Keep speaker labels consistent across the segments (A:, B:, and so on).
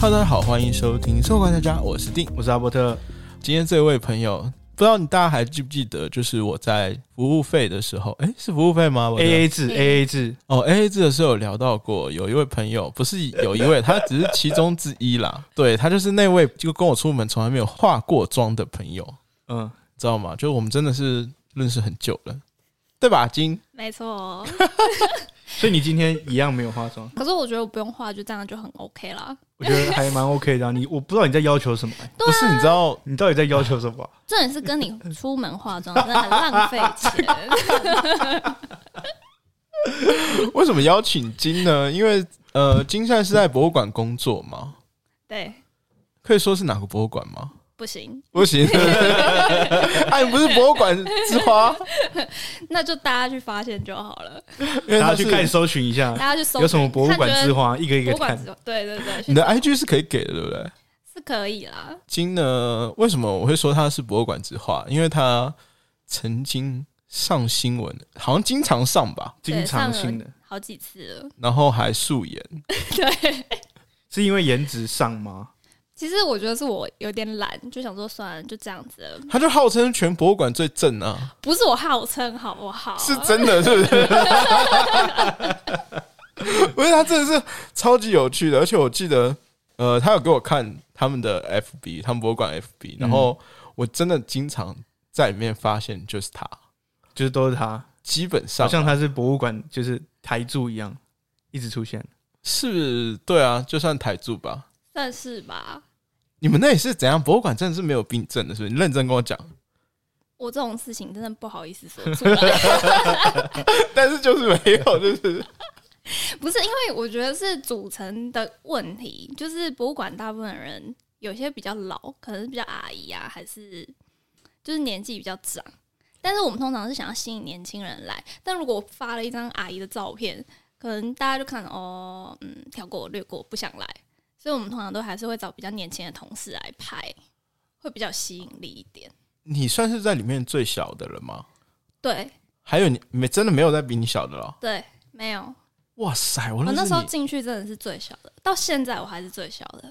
A: Hello，大家好，欢迎收听《生活观察家》，我是丁。
B: 我是阿伯特。
A: 今天这位朋友，不知道你大家还记不记得，就是我在服务费的时候，诶，是服务费吗
B: A A 制
C: 嗯
B: ，A A 制，
A: 哦，A A 制的时候有聊到过，有一位朋友，不是有一位，他只是其中之一啦。 对他就是那位就跟我出门从来没有化过妆的朋友，
B: 嗯，
A: 知道吗？就是我们真的是认识很久了，对吧？金
C: 没错。
B: 所以你今天一样没有化妆，
C: 可是我觉得我不用画，就这样就很 OK 啦。
B: 我觉得还蛮 OK 的啊、你我不知道你在要求什么、欸
A: 不是你知道
B: 你到底在要求什么啊、
C: 重点是跟你出门化妆，真的很浪费钱。
A: 为什么邀请金呢？因为呃，金现在是在博物馆工作嘛，
C: 对，
A: 可以说是哪个博物馆吗？
C: 不行，
A: 不 行，哎，你不是博物馆之花，
C: 那就大家去发现就好 了。
A: 因为
B: 大
A: 他
B: 家
A: 是
B: 去看搜寻一下
C: 大，家去搜
B: 哎有什么博物
C: 看
B: 馆
C: 觉得
B: 之花，一个一
C: 博
B: 个
C: 物馆
B: 看。
C: 之对对对，去
A: 你的 IG 是可以给的，对不对？
C: 是可以啦。
A: 金呢？为什么我会说他是博物馆之花？因为他曾经上新闻，好像经常上吧，
B: 经常性
C: 对
B: 的
C: 上了，好几次了。
A: 然后还素颜。
C: 对，
B: 是因为颜值上吗？
C: 其实我觉得是我有点懒，就想说算了，就这样子了。
A: 他就号称全博物馆最正啊，
C: 不是我号称好不好？
A: 是真的，是不 是？不是，他真的是超级有趣的，而且我记得，呃，他有给我看他们的 FB，他们博物馆 FB，然后我真的经常在里面发现就是他，
B: 就是都是他，
A: 基本上
B: 好
A: 啊
B: 像他是博物馆就是台柱一样，一直出现。
A: 是对啊，就算台柱吧，
C: 算是吧。
A: 你们那里是怎样？博物馆真的是没有病症的，是不是？你认真跟我讲。
C: 我这种事情真的不好意思说出来，
A: 但是就是没有，就是
C: 不是因为我觉得是组成的问题，就是博物馆大部分人有些比较老，可能是比较阿姨啊，还是就是年纪比较长。但是我们通常是想要吸引年轻人来，但如果我发了一张阿姨的照片，可能大家就看哦，嗯，跳过略过，不想来，所以我们通常都还是会找比较年轻的同事来拍，会比较吸引力一点。
A: 你算是在里面最小的了吗？
C: 对
A: 还有你没真的没有在比你小的了？
C: 对，没有，
A: 哇塞，我
C: 我
A: 认识
C: 哦那
A: 你，
C: 时候进去真的是最小的，到现在我还是最小的，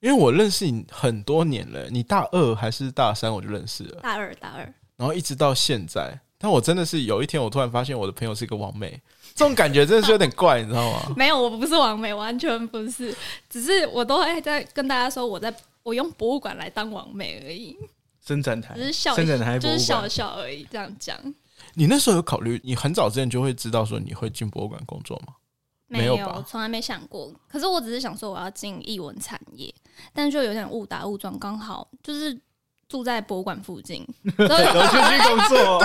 A: 因为我认识你很多年了，你大二还是大三我就认识了，
C: 大二大二。
A: 然后一直到现在。但我真的是有一天，我突然发现我的朋友是一个王妹，这种感觉真的是有点怪，你知道 吗？
C: 没有，我不是完美，完全不是，只是我都会在跟大家说，我在我用博物馆来当完美而已，
B: 伸展台
C: 只，是笑一，
B: 伸展台
C: 就
B: 博
C: 是
B: 物
C: 笑
B: 馆，
C: 笑而已，这样讲
A: 你那时候有考虑，你很早之前就会知道说你会进博物馆工作吗？没有
C: 有，
A: 吧
C: 我从来没想过。可是我只是想说，我要进艺文产业，但就有点误打误撞，刚好就是住在博物馆附近，所以
B: 然后就去工 作。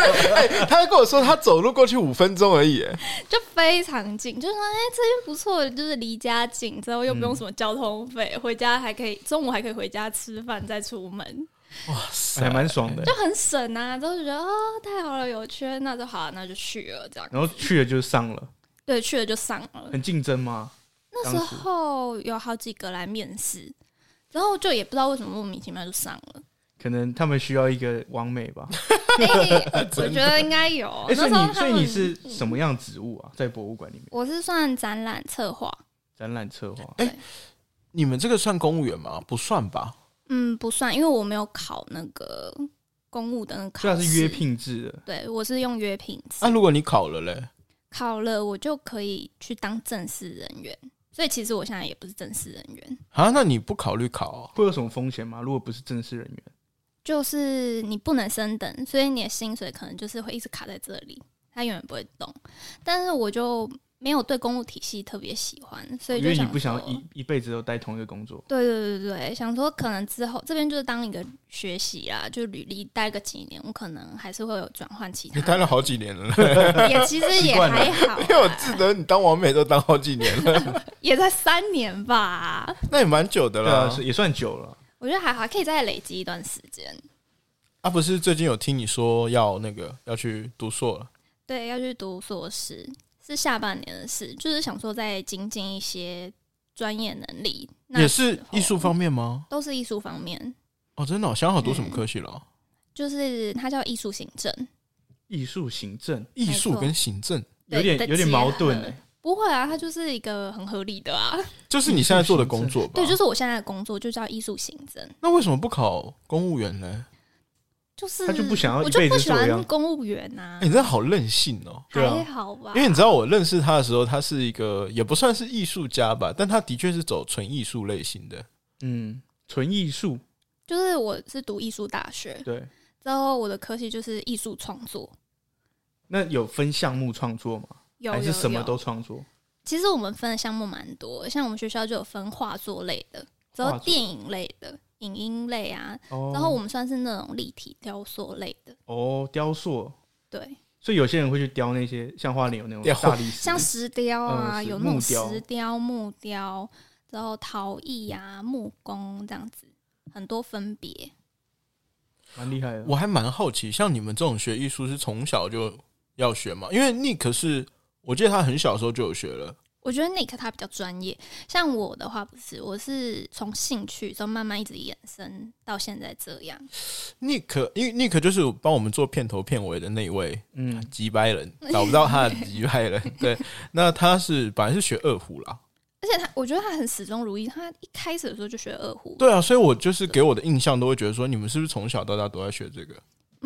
A: 他还跟我说他走路过去五分钟而已，哎
C: 就非常近，就说哎、这边不错，就是离家近，之后又不用什么交通费，回家还可以中午还可以回家吃饭再出门，
A: 哇塞
B: 还蛮爽的。
C: 就很省啊。之后就觉得哦，太好了，有缺那就好，那就去了这样。
B: 然后去了就上了，
C: 对，去了就上了。
B: 很竞争吗？
C: 那
B: 当
C: 时
B: 时
C: 候有好几个来面试，然后就也不知道为什么莫名其妙就上 了。
B: 可能他们需要一个完美吧。
C: 哎、 我觉得应该有。
B: 哎、
C: 哦那
B: 所
C: 时
B: 以
C: 候
B: 你
C: 他
B: 所以
C: 们嗯
B: 你是什么样职务啊？在博物馆里面，
C: 我是算展览策划，
B: 展览策划，
A: 你们这个算公务员吗？不算吧。
C: 嗯，不算，因为我没有考那个公务的那个
B: 虽
C: 考
B: 然
C: 试。
B: 啊是约聘啊制的，
C: 对，我是用约聘制
A: 那、啊如果你考了嘞，
C: 考了，我就可以去当正式人员。所以其实我现在也不是正式人员，
A: 啊，那你不考虑考哦、
B: 会有什么风险吗？如果不是正式人员，
C: 就是你不能升等，所以你的薪水可能就是会一直卡在这里，它永远不会动。但是我就没有对公务体系特别喜欢，所以
B: 因
C: 就
B: 为你
C: 想
B: 不想要
C: 说
B: 一一辈子都待同一个工作。
C: 对对对对，想说可能之后这边就是当一个学习啦，就履历待个几年，我可能还是会有转换其
A: 你
C: 他
A: 待了好几年了，
C: 的，也其实也
B: 惯了
C: 还 好
A: 因为我
C: 啦，
A: 记得你当完美都当好几年了，
C: 也才三年吧，
A: 那也蛮久的
B: 对
A: 啦
B: 啊，。是也算久了。
C: 我觉得还好，可以再累积一段时间。
A: 啊，不是最近有听你说要那个要去读硕了，
C: 对，要去读硕士是下半年的事，就是想说再精进一些专业能力。那
A: 也
C: 时
A: 是
C: 候
A: 艺术，方面吗？
C: 都是艺术方面，
A: 哦，真的、哦，想好读什么科系了
C: 嗯
A: 哦、
C: 就是它叫艺术行政，
B: 艺术行政
A: 艺术
C: 没错
A: 跟行政，
C: 对
B: 有点
C: 的
B: 有点
C: 结
B: 矛盾
C: 合
B: 欸
C: 不会啊，它就是一个很合理的啊。
A: 就是你现在做的工作吧？
C: 对，就是我现在的工作就叫艺术行政，
A: 那为什么不考公务员呢？
C: 就是
B: 他就不想要
C: 我
B: 一
C: 就
B: 辈
C: 不
B: 子
C: 喜
B: 做一
C: 欢
B: 样
C: 公务员呐、
A: 哎你真的好任性哦！
B: 对啊
C: 还好吧
A: 因？为你知道我认识他的时候，他是一个也不算是艺术家吧，但他的确是走纯艺术类型的。
B: 嗯，纯艺术，
C: 就是我是读艺术大学，
B: 对。
C: 之后我的科系就是艺术创作，
B: 那有分项目创作吗？
C: 有
B: 还
C: 有
B: 是什么
C: 有
B: 都创作？
C: 其实我们分的项目蛮多，像我们学校就有分画作类的，之后
B: 画作
C: 电影类的、影音类啊，
B: 哦，
C: 然后我们算是那种立体雕塑类的，
B: 哦，雕塑，
C: 对，
B: 所以有些人会去雕那些像花莲有
C: 嗯
B: 那种
A: 雕
B: 大理石，
C: 像石雕啊，
B: 嗯是
C: 有那种
B: 木雕
C: 石雕、木雕，然后陶艺啊、木工这样子，很多分别。
B: 蛮厉害的。
A: 我还蛮好奇，像你们这种学艺术是从小就要学吗？因为 Nick 是我记得他很小的时候就有学了，
C: 我觉得 Nick 他比较专业，像我的话不是，我是从兴趣之后慢慢一直延伸到现在这样。
A: Nick，因为 Nick 就是帮我们做片头片尾的那一位
B: 嗯，
A: 吉白人，找不到他的吉白人。对，那他是本来是学二胡啦，
C: 而且他，我觉得他很始终如一。他一开始的时候就学二胡，
A: 对啊，所以我就是给我的印象都会觉得说，你们是不是从小到大都在学这个？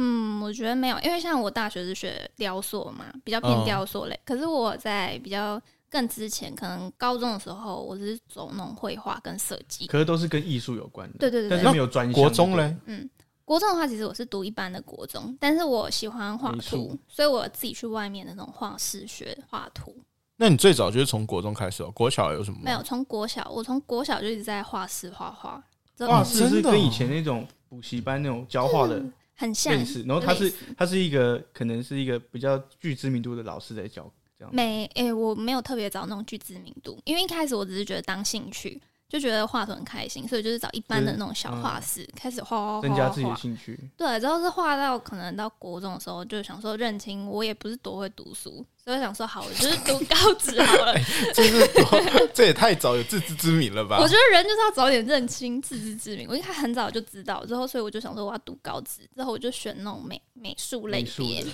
C: 嗯，我觉得没有，因为像我大学是学雕塑嘛，比较偏
A: 嗯
C: 雕塑类。可是我在比较更之前，可能高中的时候，我只是走那种绘画跟设计。
B: 可是都是跟艺术有关的，
C: 对对对
B: 但
C: 对
B: 是没有专项。
A: 国中嘞，
C: 嗯，国中的话，其实我是读一般的国中，但是我喜欢画
B: 美
C: 图
B: 术，
C: 所以我自己去外面的那种画室学画图。
A: 那你最早就是从国中开始哦、国小有什么？
C: 没有，从国小，我从国小就一直在画室画画，真
A: 哇
B: 画
C: 的
B: 室
A: 真
B: 是
A: 的哦
B: 跟以前那种补习班那种教画的
C: 很像
B: 类。似，然后他
C: 类
B: 是
C: 似
B: 他是一个可能是一个比较具知名度的老师在教，这样。
C: 没，诶、我没有特别找那种具知名度，因为一开始我只是觉得当兴趣，就觉得画图很开心，所以就是找一般的那种小画室、开始画画
B: 嗯增
C: 画
B: 加
C: 画
B: 自己的
C: 哦画。
B: 兴趣，
C: 对，之后是画到可能到国中的时候，就想说认清我也不是多会读书，所以想说好，我就是读高职好 了。
A: 这是多这也太早有自知之明了吧
C: 我？觉得人就是要早点认清自知之明，我应该很早就知道，之后所以我就想说我要读高职，之后我就选那种美美术类
B: 美术
C: 别
B: 的，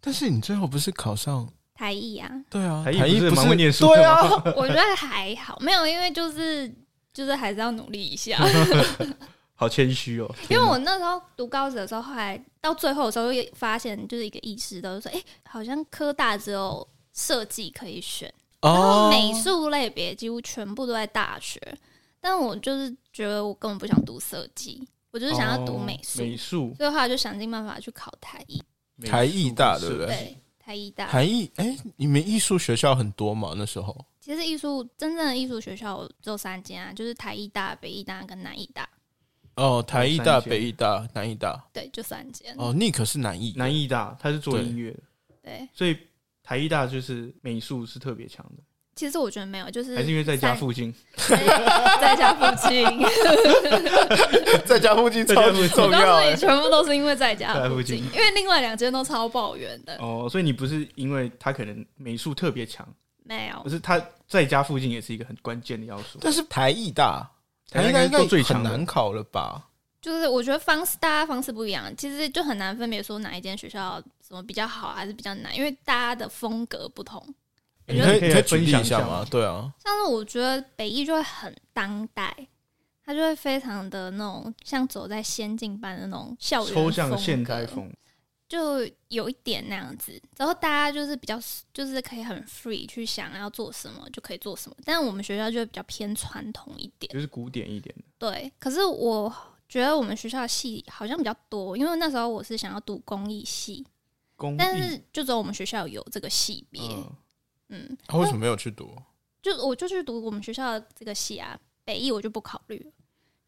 A: 但是你最后不是考上？
C: 台艺啊，
A: 对啊，
B: 台艺
A: 台艺
B: 不是
A: 不
B: 蛮会念书的
A: 对啊，
C: 我觉得还好，没有，因为就是就是还是要努力 一下。
B: 好谦虚哦。
C: 因为我那时候读高职的时候，后来到最后的时候也发现，就是一个意识都是说，哎、好像科大只有设计可以选，然
B: 哦
C: 后美术类别几乎全部都在大学，但我就是觉得我根本不想读设计，我就是想要读美术，
B: 哦美术
C: 所以后来就想尽办法去考台艺，
A: 台艺大对不对
C: 对，台艺大。
A: 台艺哎、你们艺术学校很多嘛？那时候
C: 其实艺术真正的艺术学校只有三间啊，就是台艺大、北艺大跟南艺大，
A: 哦，台艺大、
B: 三间
A: 北艺大、南艺大
C: 对，就三间。
A: 哦，Nick 是南艺，
B: 南艺大他是做音乐的，
C: 对，
B: 所以台艺大就是美术是特别强的，
C: 其实我觉得没有，就是
B: 还是因为在家
C: 三
B: 附近，
C: 在家附近。
A: 在家附 近超级
C: 我
A: 重要
C: 告诉
A: 哎、
C: 你，全部都是因为在家
B: 在
C: 附
B: 附
C: 近，
B: 近
C: 因为另外两间都超抱怨的，
B: 哦，所以你不是因为他可能美术特别强，
C: 没 有
B: 可。是他在家附近也是一个很关键的要素。
A: 但是台艺大，台艺
B: 台
A: 大
B: 艺大
A: 应
B: 应该
A: 该
B: 是最
A: 很
B: 强的
A: 难考了吧？
C: 就是我觉得方式大家方式不一样，其实就很难分别说哪一间学校什么比较好还是比较难，因为大家的风格不同。
A: 你
B: 觉得
A: 可以
B: 可以
A: 你可以
B: 来
A: 举例
B: 分享
A: 一下
B: 一下
A: 吗？对啊，
C: 像是我觉得北艺就会很当代，它就会非常的那种像走在先进般的那种校园
B: 抽象的
C: 风
B: 现
C: 格
B: 代风，
C: 就有一点那样子，然后大家就是比较就是可以很 free 去想要做什么就可以做什么，但我们学校就会比较偏传统一点，
B: 就是古典一点的。
C: 对。可是我觉得我们学校的系好像比较多，因为那时候我是想要读工艺系，
B: 工
C: 但
B: 艺，
C: 是就只有我们学校有这个系别，
B: 嗯，
C: 嗯，
A: 他为什么没有去读？
C: 就我就去读我们学校的这个系啊，北艺我就不考虑了，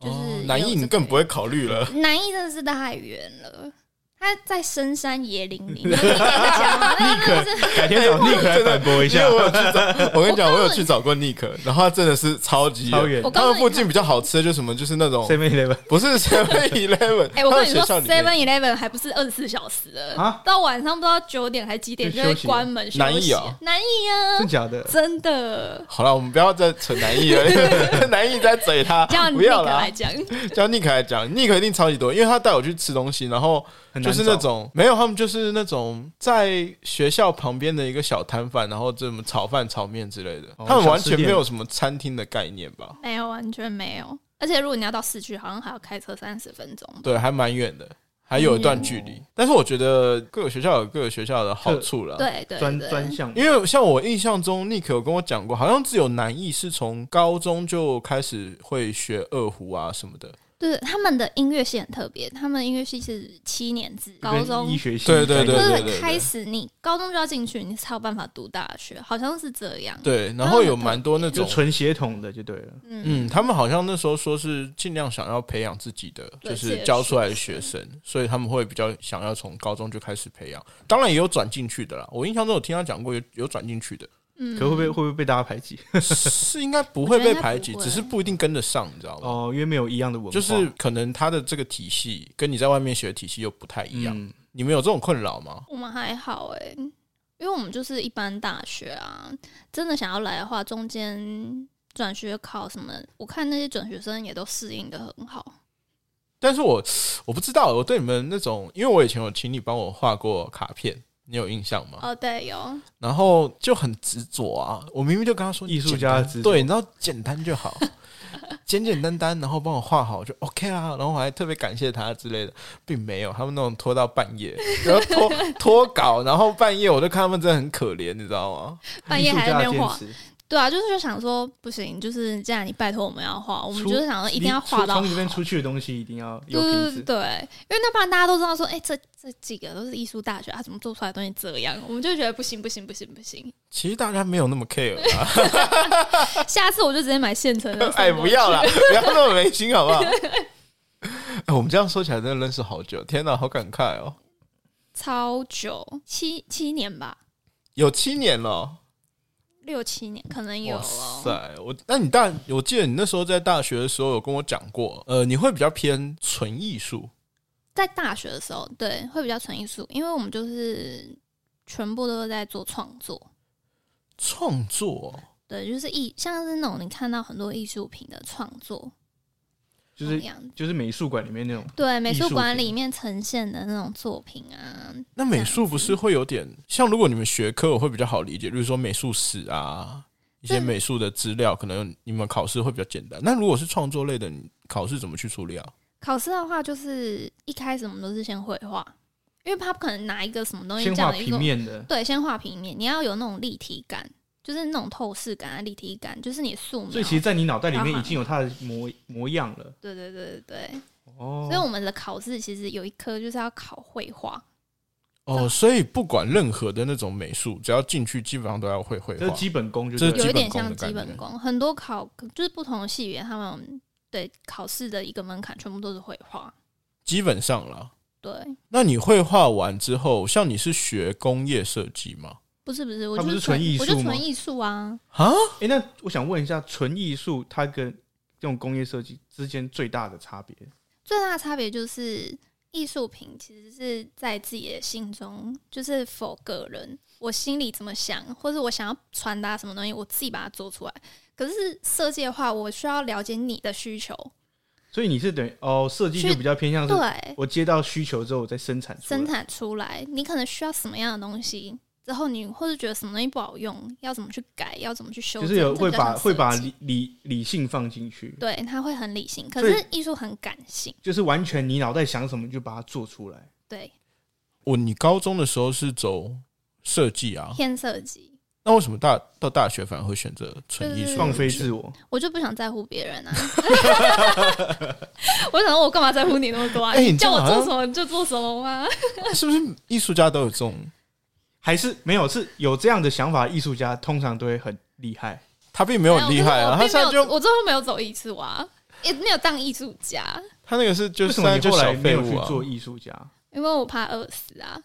C: 就是、
A: 哦南艺你更不
C: 会，
A: 会考虑了。
C: 南艺真的是太远了。它在深山野林里面， 你可以跟他讲吗？那个真的是
B: 改天找 Nick 来反驳 一
A: 因
B: 下
A: 为。我有去找，我跟你讲，我有去找过 Nick，然后他真的是超级
B: 超远
C: 我告
A: 他
C: 诉
A: 们附
C: 你
A: 近比较好吃的就是什么，就是那种
B: Seven Eleven
A: 不 是 Seven Eleven，
C: 哎、我
A: 他们
C: 跟你
A: 学
C: 说
A: 校里面
C: ，Seven Eleven 还不是二十四小时了，
B: 啊
C: 到晚上不知道九点还几点
B: 就
C: 就
B: 休息
C: 会关门休息。
A: 南艺哦
C: 南艺啊，
B: 真假 的？
C: 真的，
A: 好了，我们不要再扯南艺了，因 为南艺在嘴他，
C: 叫你
A: 不要
C: Nick
A: 啦
C: 来，讲，
A: 叫 Nick 来讲，Nick 一定超级多，因为他带我去吃东西，然后
B: 很
A: 就
B: 难
A: 就是那种没有，他们就是那种在学校旁边的一个小摊贩，然后这么炒饭、炒面之类的，
B: 哦
A: 他们
B: 小
A: 完
B: 吃
A: 全没
B: 店
A: 有什么餐厅的概念吧？
C: 没有，完全没有。而且如果你要到市区，好像还要开车三十分钟。
A: 对，还蛮远的，还有一段距离。但是我觉得各个学校有各个学校的好处啦。
C: 对对
B: 啊专
C: 对
B: 专项
A: 因为像我印象中，Nick 有跟我讲过，好像只有南艺是从高中就开始会学二胡啊什么的。
C: 对，他们的音乐系很特别，他们音乐系是七年制，高
B: 跟
C: 中
B: 医学系
A: 对对
C: 就
A: 对
C: 是开始你高中就要进去，你才有办法读大学，好像是这样。
A: 对，然后有蛮多那
B: 就
A: 种，
B: 纯协同的就对了。
C: 嗯，
A: 嗯，他们好像那时候说是尽量想要培养自己的，
C: 对
A: 就是教出来的学生，所以他们会比较想要从高中就开始培养。当然也有转进去的啦，我印象中有听他讲过有有转进去的，
C: 嗯
B: 可会不会会不会被大家排挤？
A: 是应该不
C: 我
A: 会
C: 觉
A: 被
C: 得应该
A: 排
C: 不
A: 挤，
C: 会
A: 只是不一定跟得上，你知道吗？
B: 哦，因为没有一样的文化，嗯
A: 就是可能他的这个体系跟你在外面学的体系又不太一样。
B: 嗯
A: 你们有这种困扰吗？
C: 我们还好哎、因为我们就是一般大学啊，真的想要来的话，中间转学考什么，我看那些转学生也都适应的很好。
A: 但是我我不知道，我对你们那种，因为我以前有请你帮我画过卡片，你有印象吗？
C: 哦，对，有，
A: 然后就很执着啊，我明明就跟他说
B: 艺术
A: 简
B: 家
A: 单
B: 的执着
A: 对，你知道简单就 好，简简单单，然后帮我画好就 OK 啊，然后我还特别感谢他之类的，并没有，他们那种拖到半夜，然后拖拖稿，然后半夜我就看他们真的很可怜，你知道吗？
C: 半夜还在那边画
B: 艺术家的，坚持
C: 对啊，就是就想说不行，就是这样，你拜托我们要画，我们
B: 出
C: 就是想说一定要画到
B: 从你这边
C: 好。
B: 出去的东西一定要
C: 对
B: 有
C: 对
B: 品
C: 对
B: 质。
C: 对，因为那不然大家都知道说，哎、这这几个都是艺术大学，啊，怎么做出来的东西这样？我们就觉得不行不行不行不 行，
A: 其实大家没有那么 care 啦，。
C: 下次我就直接买现成 的
A: 哎，不要啦，不要那么没心好不好？哎，我们这样说起来真的认识好久，天哪，好感慨哦，
C: 超久，七七年吧，
A: 有七年了哦。
C: 六七年可能有
A: 哇
C: 了。
A: 塞，我那你大，我记得你那时候在大学的时候有跟我讲过，呃，你会比较偏纯艺术，
C: 在大学的时候，对，会比较纯艺术，因为我们就是全部都是在做创作，
A: 创作
C: 对，就是艺，像是那种你看到很多艺术品的创作，
B: 就
C: 那
B: 是
C: 样子。
B: 就是美术馆里面那种，
C: 对，美
B: 艺
C: 术
B: 术
C: 馆
B: 品
C: 里面呈现的那种作品啊，
A: 那美术不是会有点像，如果你们学科我会比较好理解，比如说美术史啊，一些
C: 嗯
A: 美术的资料，可能你们考试会比较简单。那如果是创作类的，你考试怎么去处理啊？
C: 考试的话，就是一开始我们都是先绘画，因为他不可能拿一个什么东西
B: 先
C: 这样
B: 画
C: 的一个
B: 平，面的，
C: 对，先画平面，你要有那种立体感，就是那种透视感啊，立体感，就是你素描。
B: 所以其实，在你脑袋里
C: 然
B: 面
C: 后
B: 已经有它的模模样了。
C: 对对对对对，
B: 哦，
C: 所以我们的考试其实有一科就是要考绘画，
A: 哦，所以不管任何的那种美术，只要进去基本上都要会绘
B: 这是
A: 画。
B: 基本功，就
A: 这是
B: 对
C: 有
B: 了
C: 一点
A: 基本功
C: 像
A: 的感
C: 基
A: 觉
C: 本功，很多考就是不同的系别，他们对考试的一个门槛全部都是绘画。
A: 基本上啦。
C: 对，
A: 那你绘画完之后，像你是学工业设计吗？
C: 不是不是，我
B: 它
C: 就
B: 不是纯艺
C: 我就
B: 术吗
C: 纯艺术啊。
A: 啊，
B: 哎，那我想问一下，纯艺术它跟这种工业设计之间最大的差别，
C: 最大的差别就是，艺术品其实是在自己的心中，就是否个人，我心里怎么想，或者我想要传达什么东西，我自己把它做出来。可是设计的话，我需要了解你的需求，
B: 所以你是等于哦，设计
C: 去
B: 就比较偏向是，
C: 对，
B: 我接到需求之后我再生产出来
C: 生产出来，你可能需要什么样的东西，之后你或者觉得什么东西不好用，要怎么去改，要怎么去修
B: 就
C: 正，
B: 是有
C: 这
B: 会
C: 比较
B: 把
C: 像
B: 会把
C: 设计
B: 理理理性放进去，
C: 对，它会很理性，可
B: 所以
C: 是艺术很感性，
B: 就是完全你脑袋想什么你就把它做出来。
C: 对，
A: 我你高中的时候是走设计啊，
C: 偏设计。
A: 那为什么大到大学反而会选择纯艺术？
B: 放飞自我，
C: 我就不想在乎别人啊！ 我想说，我干嘛在乎你那么多啊？
A: 哎你
C: 你叫我
A: 这样
C: 做
A: 好像
C: 什么就做什么啊吗？
A: 是不是艺术家都有这种？
B: 还是没有是有这样的想法，艺术家通常都会很厉害。
A: 他并没有很厉害啊，
C: 没
A: 他
C: 有
A: 现在
C: 哎我并没有
A: 就
C: 我最后没有走艺术啊，也没有当艺术家，
A: 他那个是就
B: 为
A: 是现
B: 什么
A: 在
B: 你
A: 就
B: 后
A: 小
B: 来没
A: 废
B: 有去
A: 物啊。
B: 做艺术家？
C: 因为我怕饿死啊。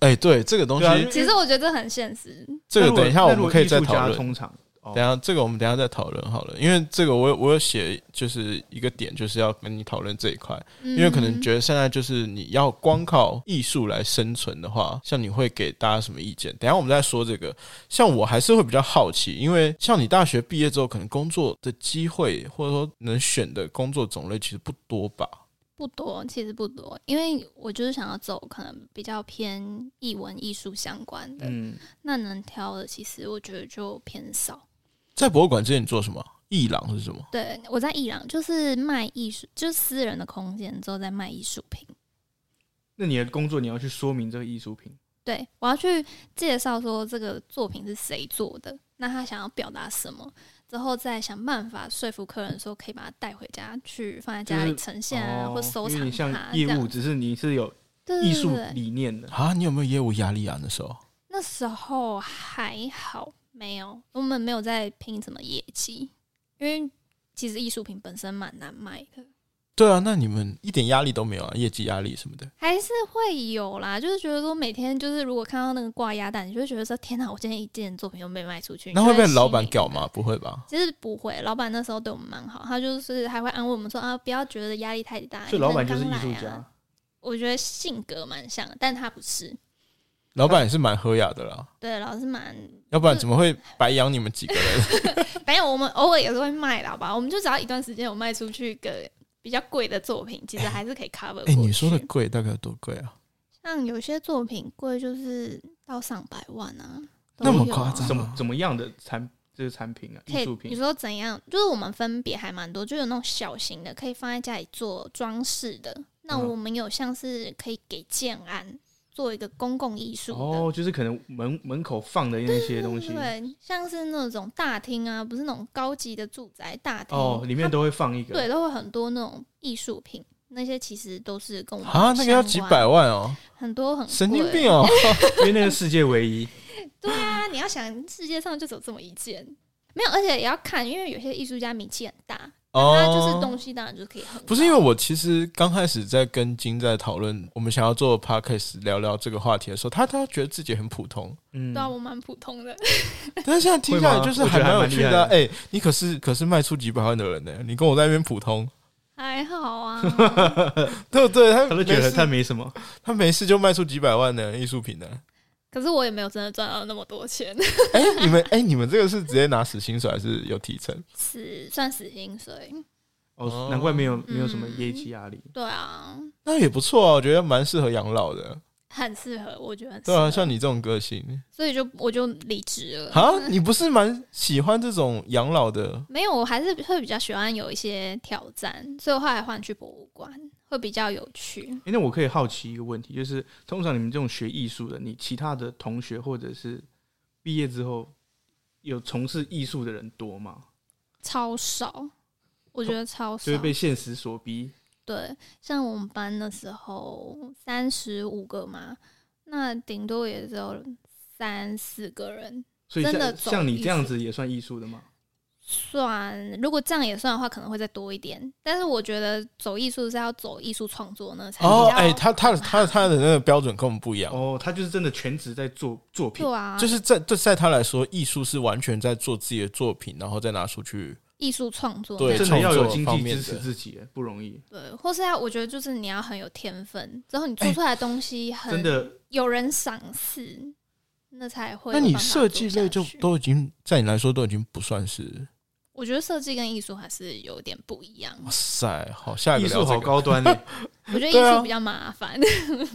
A: 哎，对这个东西
B: 对，啊，因为
C: 其实我觉得这很现实，
A: 这
B: 那
A: 个
B: 如果
A: 等一下我们可以再讨
B: 那如果艺术家
A: 论。
B: 通常哦
A: 等一下这个我们等一下再讨论好了，因为这个我有我有写就是一个点，就是要跟你讨论这一块，
C: 因
A: 因为可能觉得现在就是你要光靠艺术来生存的话，像你会给大家什么意见？等一下我们再说这个。像我还是会比较好奇，因为像你大学毕业之后，可能工作的机会或者说能选的工作种类其实不多吧？
C: 不多，其实不多，因为我就是想要走可能比较偏艺文艺术相关的，
B: 嗯，
C: 那能挑的其实我觉得就偏少。
A: 在博物馆之前你做什么？艺廊是什么？
C: 对，我在伊朗就是卖艺术，就是私人的空间之后再卖艺术品。
B: 那你的工作你要去说明这个艺术品，
C: 对，我要去介绍说这个作品是谁做的，那他想要表达什么，之后再想办法说服客人说可以把它带回家去放在家里
B: 就是
C: 呈现啊，
B: 哦
C: 或收
B: 因为
C: 藏
B: 你
C: 它
B: 像
C: 这
B: 业务，
C: 样。
B: 只是你是有
C: 对
B: 艺
C: 对
B: 术
C: 对对
B: 理念的，
A: 啊，你有没有业务压力啊？那时候
C: 那时候还好，没有，我们没有在拼什么业绩，因为其实艺术品本身蛮难卖的，
A: 对啊，那你们一点压力都没有啊，业绩压力什么的。
C: 还是会有啦。就是觉得说每天就是如果看到那个挂鸭蛋，你就会觉得说天哪，我今天一件作品又没卖出去，
A: 那会被
C: 你就
A: 老板
C: 心里
A: 屌吗？不会吧？
C: 其实不会，老板那时候对我们蛮好，他就是还会安慰我们说啊，不要觉得压力太大。
B: 所以老板就是
C: 你
B: 艺
C: 们刚
B: 术
C: 来啊
B: 家。
C: 我觉得性格蛮像的，但他不是。
A: 老板也是蛮和雅的啦，
C: 对，老师蛮，
A: 要不然怎么会白养你们几个人？
C: 反正我们偶尔也是会卖的，好吧？我们就只要一段时间有卖出去个比较贵的作品，其实还是可以 cover 过呃去。
A: 哎、你说的贵大概有多贵啊？
C: 像有些作品贵就是到上百万啊，都
A: 那么
C: 有啊
A: 夸张
B: 怎么怎么样的产这个产品啊，
C: 可
B: 艺
C: 以
B: 术，
C: 你
B: 品，
C: 说怎样？就是我们分别还蛮多，就有那种小型的，可以放在家里做装饰的。那
B: 嗯
C: 我们有像是可以给建安做一个公共艺术的，
B: 哦，就是可能门门口放的那些东西，
C: 对，像是那种大厅啊，不是那种高级的住宅大厅
B: 哦，里面
C: 它
B: 都会放一个，
C: 对都会很多那种艺术品，那些其实都是跟我们
A: 啊，那个要几
C: 相关
A: 百，万哦，
C: 很多很
A: 神经
C: 贵
A: 病哦！
B: 因为那个世界唯一，
C: 对啊，你要想世界上就只有这么一件，没有，而且也要看，因为有些艺术家名气很大，那就是
A: 哦，
C: 东西当然就可以很
A: 不是因为
C: 高
A: 我其实刚开始在跟金在讨论我们想要做 podcast 聊聊这个话题的时候，他他觉得自己很普 通，
B: 嗯
C: 对，啊，我蛮普通的。
A: 但是现在听下来就是
B: 会吗
A: 蛮有趣的啊。
B: 我觉得还蛮厉害的
A: 哎、你可是可是卖出几百万的人呢、你跟我在那边普通，
C: 还好啊，
A: 对不 对？他
B: 他都觉
A: 没
B: 得
A: 事
B: 他没什么，
A: 他没事就卖出几百万的艺术品呢、
C: 可是我也没有真的赚到那么多钱，
A: 哎、你们哎、你们这个是直接拿死薪水还是有提成？
C: 是算死薪水。
B: 哦
A: 哦，
B: 难怪没
C: 嗯
B: 有没有什么业绩压力，
C: 对啊，
A: 那也不错啊，我觉得蛮适合养老的。
C: 很适合，我觉得很适
A: 对啊，
C: 合。
A: 像你这种个性
C: 所以就我就离职了。
A: 啊，你不是蛮喜欢这种养老的？
C: 没有，我还是会比较喜欢有一些挑战，所以我后来换去博物馆，会比较有趣。
B: 哎，那我可以好奇一个问题，就是通常你们这种学艺术的，你其他的同学或者是毕业之后有从事艺术的人多吗？
C: 超少，我觉得超少
B: 就。会被现实所逼，
C: 对，像我们班的时候三十五个嘛，那顶多也只有三四个人。
B: 所以
C: 真的
B: 像
C: 走
B: 像你这样
C: 艺术
B: 子也算艺术的吗？
C: 算，如果这样也算的话，可能会再多一点。但是我觉得走艺术是要走艺术创作呢，才比
A: 哦，
C: 较
A: 哎、他他的他他的那个标准跟我们不一样，
B: 哦，他就是真的全职在做作品
C: 对，啊，
A: 就是在对在他来说，艺术是完全在做自己的作品，然后再拿出去。
C: 艺术创作
A: 对
C: 那
B: 真的要有
A: 创作
B: 经
A: 方
B: 济
A: 面
B: 支持
A: 的
B: 自己耶，不容易。
C: 对，或是要我觉得就是你要很有天分，之后你做出来的东西
B: 真
C: 很
B: 的，
C: 有人赏识，那才会有
A: 那
C: 办法做下去。
A: 你设计类就都已经在你来说都已经不算是，
C: 我觉得设计跟艺术还是有点不一样。
A: 哇塞，好下一
B: 艺
A: 个
B: 术
A: 聊这
B: 好
A: 个。
B: 高 端欸耶，
C: 我觉得艺
A: 哦对啊
C: 术比较麻烦，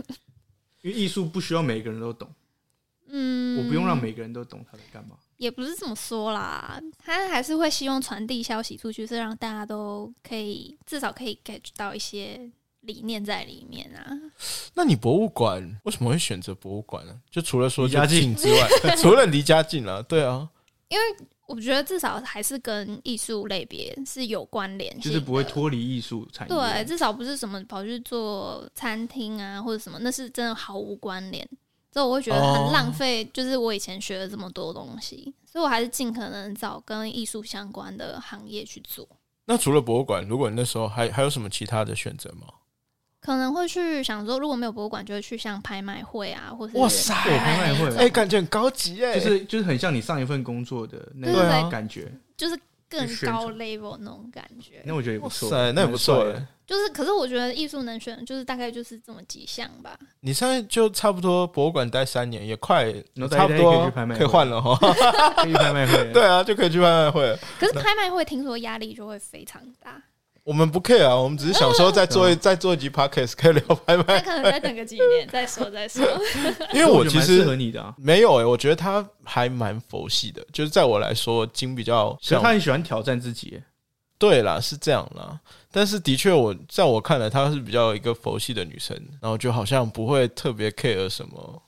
B: 因为艺术不需要每个人都懂，
C: 嗯，
B: 我不用让每个人都懂他在干嘛。
C: 也不是这么说啦，他还是会希望传递消息出去，是让大家都可以至少可以 get 到一些理念在里面啊。
A: 那你博物馆为什么会选择博物馆呢？就除了说
B: 离家
A: 就
B: 近
A: 近之 外，除了离家近了、对啊，
C: 我觉得至少还是跟艺术类别是有关联性
B: 就是
C: 的，
B: 不会脱离艺术产业。
C: 对，，至少不是什么跑去做餐厅啊或者什么，那是真的毫无关联。所以我会觉得
A: 哦
C: 很浪费，就是我以前学了这么多东西，所以我还是尽可能找跟艺术相关的行业去做。
A: 那除了博物馆，如果你那时候还还有什么其他的选择吗？
C: 可能会去想说，如果没有博物馆，就会去像拍卖会啊，或是
A: 哇塞
B: 对，拍卖会
A: 哎、
B: 啊，
A: 感觉很高级哎、
B: 就是就是很像你上一份工作的那
C: 对
A: 啊
B: 个感觉。
C: 就是更
B: 去宣
C: 高
B: 传
C: level 那种感觉。
B: 那我觉得也
A: 哇
B: 不错，
A: 塞，那也不错哎、
B: 蛮帅的。
C: 就是，可是我觉得艺术能选，就是大概就是这么几项吧。
A: 你现在就差不多博物馆待三年，也快
B: 然后
A: 差不多
B: 可以去拍卖会
A: 可以换了哈。
B: 欸
A: 啊
B: 可以拍卖会，
A: 对啊，就可以去拍卖会了。
C: 可是拍卖会听说压力就会非常大，
A: 我们不 care 啊，我们只是想说再做 一再做一集 podcast 可以聊拍
C: 那
A: 卖，
C: 可能再等个几年再说再说。
A: 因为我其
B: 觉得蛮适合
A: 实
B: 你的啊，
A: 没有诶、欸我觉得他还蛮佛系的，就是在我来说，金比较
B: 其实
A: 像
B: 他很喜欢挑战自己耶，欸
A: 对啦，是这样啦。但是的确我，在我看来，她是比较一个佛系的女生，然后就好像不会特别 care 什么，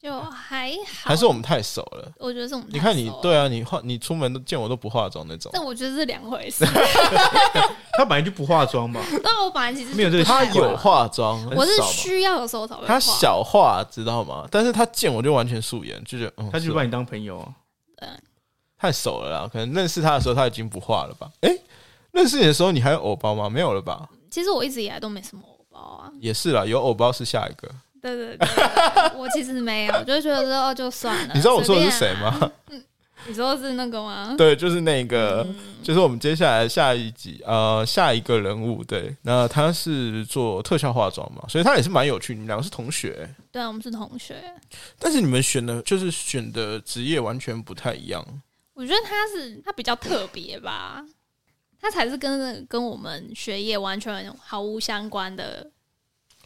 C: 就还好，
A: 还是我们太熟了。
C: 我觉得是我们
A: 你看
C: 太
A: 你
C: 熟了，
A: 对啊，你化你出门都见我都不化妆那种，
C: 但我觉得是两回事。
B: 他本来就不化妆吧？
C: 但我本来其实
B: 没有这个
A: 她
B: 习惯
C: 啊
A: 有化妆，
C: 我
A: 很
C: 是
A: 少吧
C: 需要的时候才会
A: 她
C: 画，
A: 小化知道吗？但是她见我就完全素颜，就觉得嗯，
B: 他就是把
A: 吧
B: 你当朋友啊。
A: 太熟了啦。可能认识她的时候她已经不化了吧？诶，认识你的时候你还有偶包吗？没有了吧？
C: 其实我一直以来都没什么偶包啊。
A: 也是啦，有偶包是下一个。
C: 对对对对，我其实没有，我就觉得说哦就算了。
A: 你知道我说的是
C: 随
A: 谁
C: 便啊？
A: 吗？
C: 你说的是那个吗？
A: 对，就是那个，
C: 嗯
A: 就是我们接下来下一集，呃，下一个人物，对，那他是做特效化妆嘛，所以他也是蛮有趣。你们两个是同学、
C: 对啊，我们是同学。
A: 但是你们选的就是选的职业完全不太一样。
C: 我觉得他是他比较特别吧，他才是跟跟我们学业完全毫无相关的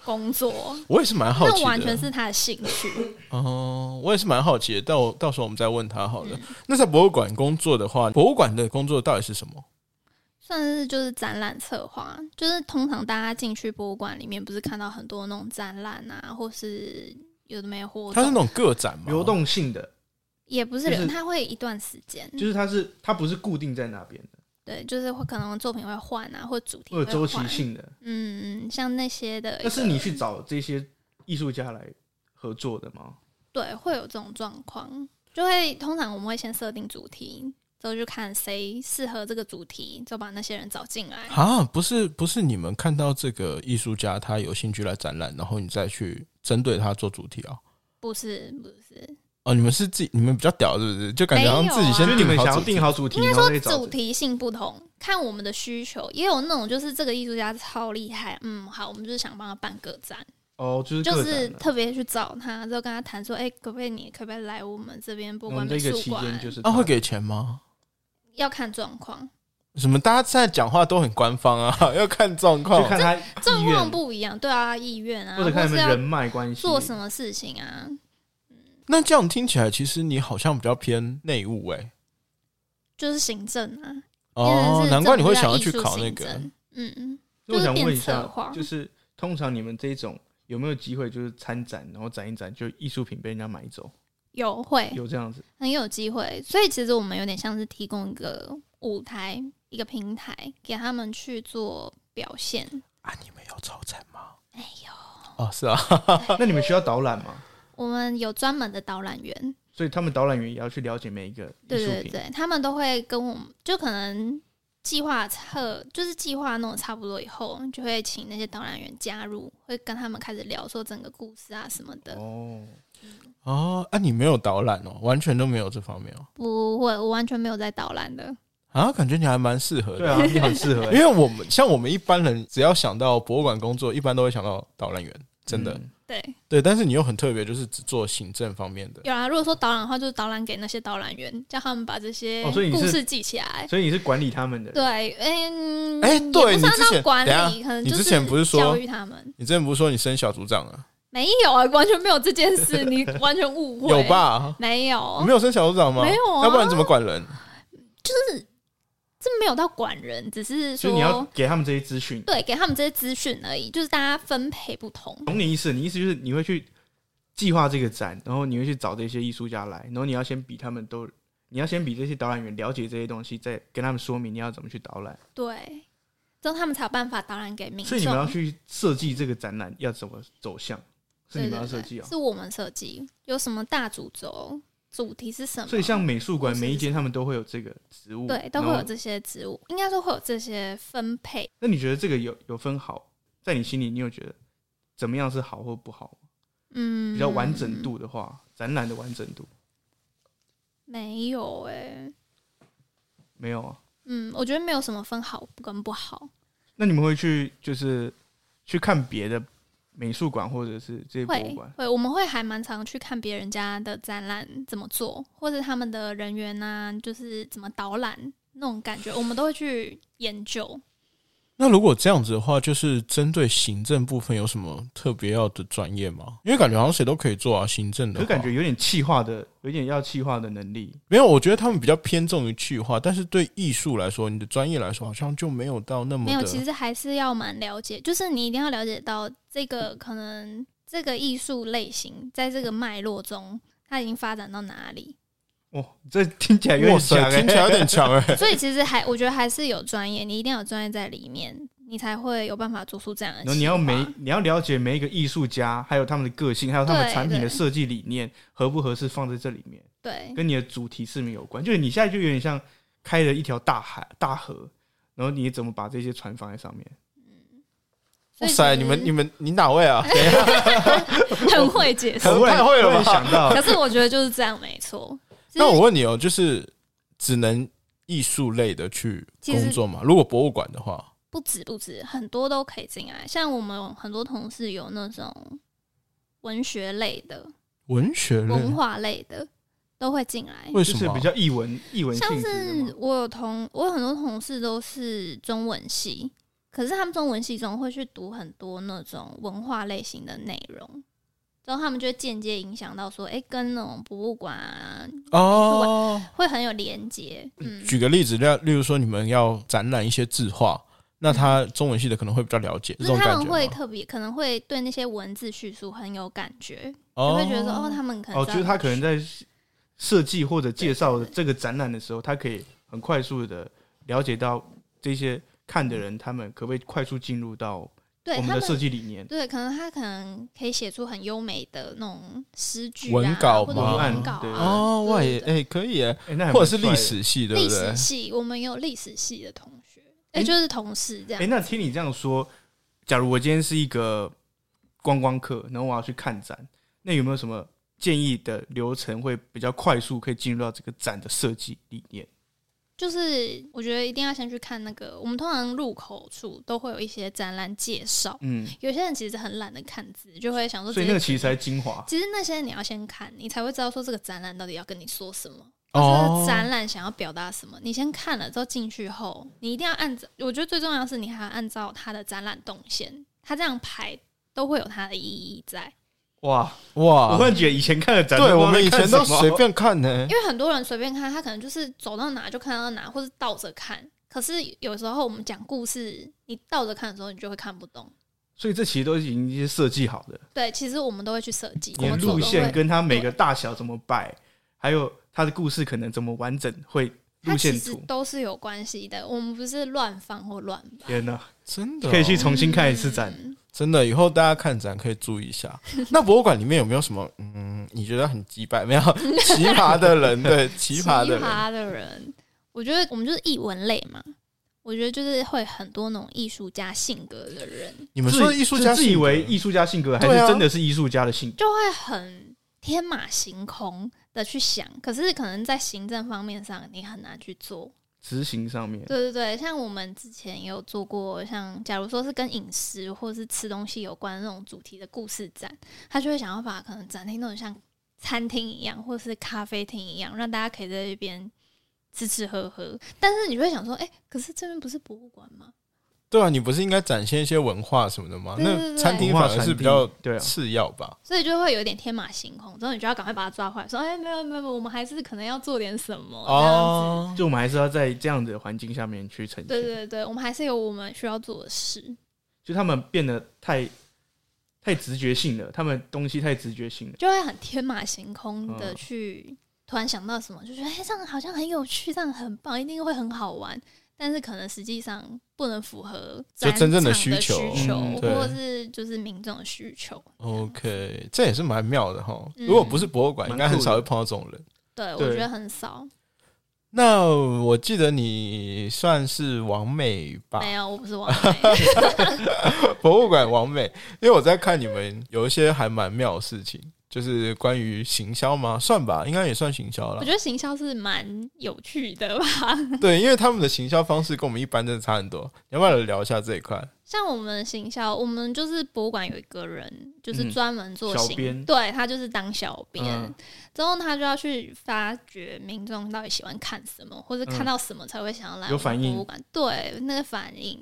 C: 工作，
A: 我也是蛮好
C: 那
A: 奇
C: 完
A: 的，
C: 全是他的兴趣。
A: 哦、我也是蛮好奇的。到到时候我们再问他好了。那在博物馆工作的话，博物馆的工作到底是什么？
C: 算是就是展览策划，就是通常大家进去博物馆里面，不是看到很多那种展览啊，或是有的没有活
A: 它是那
C: 动，
A: 种个展吗？
B: 流动性的，
C: 也不是流，
B: 就是
C: 他会一段时间，
B: 就是它是它不是固定在那边的，
C: 对，就是会可能作品会换啊，或主题
B: 会有
C: 会
B: 呃周期
C: 换。
B: 性的。
C: 嗯，像那些的一个，
B: 但是你去找这些艺术家来合作的吗？
C: 对，会有这种状况，就会通常我们会先设定主题，之后就看谁适合这个主题，就把那些人找进来。
A: 啊，不是不是，你们看到这个艺术家他有兴趣来展览，然后你再去针对他做主题啊、
C: 不是不是，
A: 哦，你们是自己，你们比较屌，是不是？就感觉好像自己
B: 就
A: 先
B: 是你
A: 定
B: 们
A: 好
B: 想要
A: 主题
B: 定好主题，然后再找
C: 主题性不同，看我们的需求。也有那种就是这个艺术家超厉害，嗯，好，我们就是想帮他办个展，
B: 哦，就是
C: 就
B: 个
C: 是
B: 展啊
C: 特别去找他，之后跟他谈说，哎、可不可以你可不可以来我们这边博
B: 我
C: 物馆
B: 们
C: 美
B: 这个
C: 术
B: 期间
C: 馆？
B: 就是
A: 啊，会给钱吗？
C: 要看状况，
A: 什么？大家现在讲话都很官方啊， 要看状况
B: 就。看他意
C: 状
B: 愿
C: 况，不一样，对啊，意愿啊，
B: 或
C: 或
B: 者看他
C: 是
B: 们人
C: 要
B: 脉关系
C: 做什么事情啊，
A: 那这样听起来，其实你好像比较偏内务哎、
C: 就是行政啊。变成
A: 哦，
C: 是
A: 难怪你会
C: 政府
A: 想要
C: 艺
A: 去
C: 术
A: 考那
C: 行
A: 个。
C: 政。嗯，
B: 所以我想问一
C: 就是变
B: 下
C: 策划，
B: 就是通常你们这一种有没有机会就是参展，然后展一展，就艺术品被人家买走，
C: 有会
B: 有这样子？
C: 很有机会，所以其实我们有点像是提供一个舞台、一个平台给他们去做表现。
A: 啊，你们有超展吗？没有。哦，是啊，
B: 那你们需要导览吗？
C: 我们有专门的导览员，
B: 所以他们导览员也要去了解每一个艺
C: 对
B: 术
C: 对
B: 品。
C: 对，他们都会跟我们，就可能计划测，就是计划弄得差不多以后，就会请那些导览员加入，会跟他们开始聊说整个故事啊什么的。
B: 哦，
A: 哦，啊，你没有导览哦，完全都没有这方面哦。
C: 不会，我完全没有在导览的。
A: 啊，感觉你还蛮适合
B: 对
A: 的。
B: 啊，你很适合欸、
A: 因为我们像我们一般人，只要想到博物馆工作，一般都会想到导览员，真的、
B: 嗯
C: 对，
A: 对。但是你又很特别，就是只做行政方面的。
C: 有啊，如果说导览的话，就是导览给那些导览员，叫他们把这些
B: 哦所以你是
C: 故事记起来。
B: 所以你是管理他们的人，
C: 对，嗯，
A: 哎
C: 也
A: 对
C: 不
A: 你之
C: 算
A: 前
C: 到管
A: 等
C: 理，
A: 一下
C: 可能
A: 你
C: 就
A: 之前不是说
C: 教育他们？
A: 你之前不是说你升小组长啊？
C: 没有啊，完全没有这件事，你完全误会。
A: 有？吧？
C: 没有，
A: 你没有升小组长吗？
C: 哦没有啊
A: 要不然你怎么管人？
C: 这没有到管人，只是
B: 所以你要
C: 说
B: 给他们这些资讯。
C: 对给他们这些资讯而已，就是大家分配不同。
B: 懂你意思？你意思就是你会去计划这个展，然后你会去找这些艺术家来，然后你要先比他们都，你要先比这些导览员了解这些东西，再跟他们说明你要怎么去导览。
C: 对，之后他们才有办法导览给民众。
B: 所以你们要去设计这个展览要怎么走向，是
C: 对
B: 你
C: 对
B: 们要
C: 对
B: 设计哦。
C: 是我们设计，有什么大主轴，主题是什么？
B: 所以像美术馆
C: 是
B: 每一间他们都会有这个植物，
C: 对，都会
B: 然
C: 有
B: 后
C: 这些植物，应该说会有这些分配。
B: 那你觉得这个有有分好，在你心里你有觉得怎么样是好或不好？
C: 嗯，
B: 比较完整度的话，展览的完整度
C: 没有哎、
B: 没有啊？
C: 嗯，我觉得没有什么分好跟不好。
B: 那你们会去就是去看别的美术馆或者是这些博物
C: 会
B: 馆？
C: 会，我们会还蛮常去看别人家的展览怎么做，或者他们的人啊员呐、就是怎么导览那种感觉，我们都会去研究。
A: 那如果这样子的话，就是针对行政部分有什么特别要的专业吗？因为感觉好像谁都可以做啊，行政的
B: 可
A: 话。
B: 感觉有点气化的，有点要气化的能力。
A: 没有，我觉得他们比较偏重于去化，但是对艺术来说，你的专业来说，好像就没有到那么
C: 没有，
A: 的
C: 其实还是要蛮了解，就是你一定要了解到这个可能这个艺术类型在这个脉络中，它已经发展到哪里。
B: 哇，这听起来有
A: 哇
B: 点
A: 塞
B: 强、欸，
A: 听起来有点强哎、
C: 所以其实还我觉得还是有专业，你一定要有专业在里面，你才会有办法做出这样的
B: 然
C: 企划。
B: 后你要每你要了解每一个艺术家，还有他们的个性，还有他们
C: 对
B: 产品的
C: 对嗯
B: 设计理念合不合适放在这里面，
C: 对
B: 跟你的主题是没有关。就是你现在就有点像开了一条大海大河，然后你怎么把这些船放在上面？
A: 哇
C: 嗯所以
A: 塞，
C: 其实
A: 你们你们你哪位 啊？
C: 很会解释。
A: 可能太会了吧
B: 我也想到
C: 可是我觉得就是这样，没错。
A: 那
C: 就是
A: 我问你哦，就是只能艺术类的去
C: 其实
A: 工作吗？如果博物馆的话，
C: 不止不止，很多都可以进来。像我们很多同事有那种文学类的、
A: 文学类
C: 文化类的都会进来。
A: 为
B: 就
A: 什
B: 是
A: 么啊？
B: 比较译文译文性
C: 像
B: 质的
C: 是
B: 吗。
C: 我有同我有很多同事都是中文系，可是他们中文系中会去读很多那种文化类型的内容，然后他们就会间接影响到说，哎、跟那种博物馆啊
A: 哦，
C: 会很有连接。嗯，
A: 举个例子，例例如说你们要展览一些字画，那他中文系的可能会比较了解这
C: 嗯就是
A: 种
C: 他
A: 感觉
C: 们
A: 吗。
C: 会特别可能会对那些文字叙述很有感觉，就
A: 哦
C: 会觉得说，哦，他们可能
B: 哦，
C: 这
B: 就
C: 样
B: 是他可能在设计或者介绍
C: 对对
B: 这个展览的时候，他可以很快速的了解到这些看的人，他们可不可以快速进入到
C: 对
B: 我
C: 他
B: 们的设
C: 们。
B: 计理念？
C: 对，可能他可能可以写出很优美的那种诗句、啊、
A: 文稿
C: 或者
A: 吗
C: 文稿
B: 文案
C: 啊，
A: 哦，哇
C: 对
A: 也
C: 对
A: 哎、可以耶，
B: 哎，那还
A: 或者
B: 蛮
A: 是历史
B: 帅的
A: 系对
C: 历
A: 不对
C: 史？系，我们也有历史系的同学，哎、
B: 诶
C: 就是同事这
B: 哎、
C: 样。
B: 那听你这样说，假如我今天是一个观光客，然后我要去看展，那有没有什么建议的流程会比较快速，可以进入到这个展的设计理念？
C: 就是我觉得一定要先去看那个，我们通常入口处都会有一些展览介绍，
B: 嗯，
C: 有些人其实很懒得看字，就会想说直
B: 所
C: 接点，
B: 以那个其实才是精华。
C: 其实那些你要先看，你才会知道说这个展览到底要跟你说什么。这
A: 哦
C: 个，展览想要表达什么？你先看了之后进去后，你一定要按照，我觉得最重要的是你还要按照它的展览动线，它这样排都会有它的意义在。
B: 哇，我
A: 哇
B: 忽，然觉得以前看的展，
A: 对
B: 都
A: 我
B: 不知道在
A: 们以前
B: 看
A: 都
B: 什么
A: 随便看呢、
C: 因为很多人随便看，他可能就是走到哪就看到哪，或是倒着看。可是有时候我们讲故事，你倒着看的时候，你就会看不懂。
B: 所以这其实都已经一些设计好的，
C: 对，其实我们都会去设计，我
B: 连
C: 们做
B: 路
C: 都
B: 线
C: 会。
B: 跟它每个大小怎么摆，还有它的故事可能怎么完整，会
C: 它
B: 路
C: 其
B: 线
C: 实
B: 图。
C: 都是有关系的，我们不是乱放或乱摆。
B: 天哪，
A: 真
C: 啊
A: 的哦、
B: 可以去重新看一次展。
C: 嗯
A: 真的，以后大家看展可以注意一下。 那博物馆里面有没有什么嗯，你觉得很鸡百没有奇葩的人？ 对，奇葩的
C: 奇
A: 人，
C: 葩的人，我觉得我们就是艺文类嘛，我觉得就是会很多那种艺术家性格的人，
A: 你们说
B: 自
A: 嗯艺术家
B: 自以
A: 性格
B: 为艺术家性格，还
A: 对啊
B: 是真的是艺术家的性格？
C: 就会很天马行空的去想，可是可能在行政方面上你很难去做。
B: 执行上面，
C: 对对对，像我们之前也有做过，像假如说是跟饮食或是吃东西有关那种主题的故事展，他就会想要把可能展厅弄得像餐厅一样，或是咖啡厅一样，让大家可以在这边吃吃喝喝。但是你就会想说，哎、可是这边不是博物馆吗？
A: 对啊，你不是应该展现一些文化什么的吗？
C: 对对
A: 那
C: 对
A: 餐厅反而是比较
B: 对啊，
A: 次要吧？
C: 所以就会有点天马行空，之后你就要赶快把它抓回来，说，哎、没有没有，没有我们还是可能要做点什么这样子。
A: 哦，
B: 就我们还是要在这样的环境下面去呈现。
C: 对对对，我们还是有我们需要做的事。
B: 就他们变得太太直觉性了，他们东西太直觉性了。
C: 就会很天马行空的
B: 嗯
C: 去突然想到什么，就觉得哎、诶这样好像很有趣，这样很棒，一定会很好玩。但是可能实际上不能符合
A: 就真正的
C: 的
A: 需求
C: 需求
B: 嗯
A: 对
C: 或者是就是民众的需求。
A: OK，这也是蛮妙的哈。
C: 嗯
A: 如果不是博物馆，应
B: 蛮
A: 该很
B: 酷的
A: 少会碰到这种人。
C: 对，我
B: 对
C: 觉得很少。
A: 那我记得你算是完美吧？
C: 没有，我不是王美。
A: 博物馆完美，因为我在看你们有一些还蛮妙的事情，就是关于行销吗？算吧，应该也算行销
C: 我
A: 啦。
C: 觉得行销是蛮有趣的吧。
A: 对，因为他们的行销方式跟我们一般真的差很多。你要不要聊一下这一块？
C: 像我们行销，我们就是博物馆有一个人，就是
B: 嗯
C: 专门做
B: 小
C: 行，
B: 编
C: 对他就是当小编，
B: 嗯
C: 之后他就要去发掘民众到底喜欢看什么，或者看
B: 嗯
C: 到什么才会想要来
B: 有
C: 我们
B: 反
C: 博
B: 应
C: 物馆，对那个反应。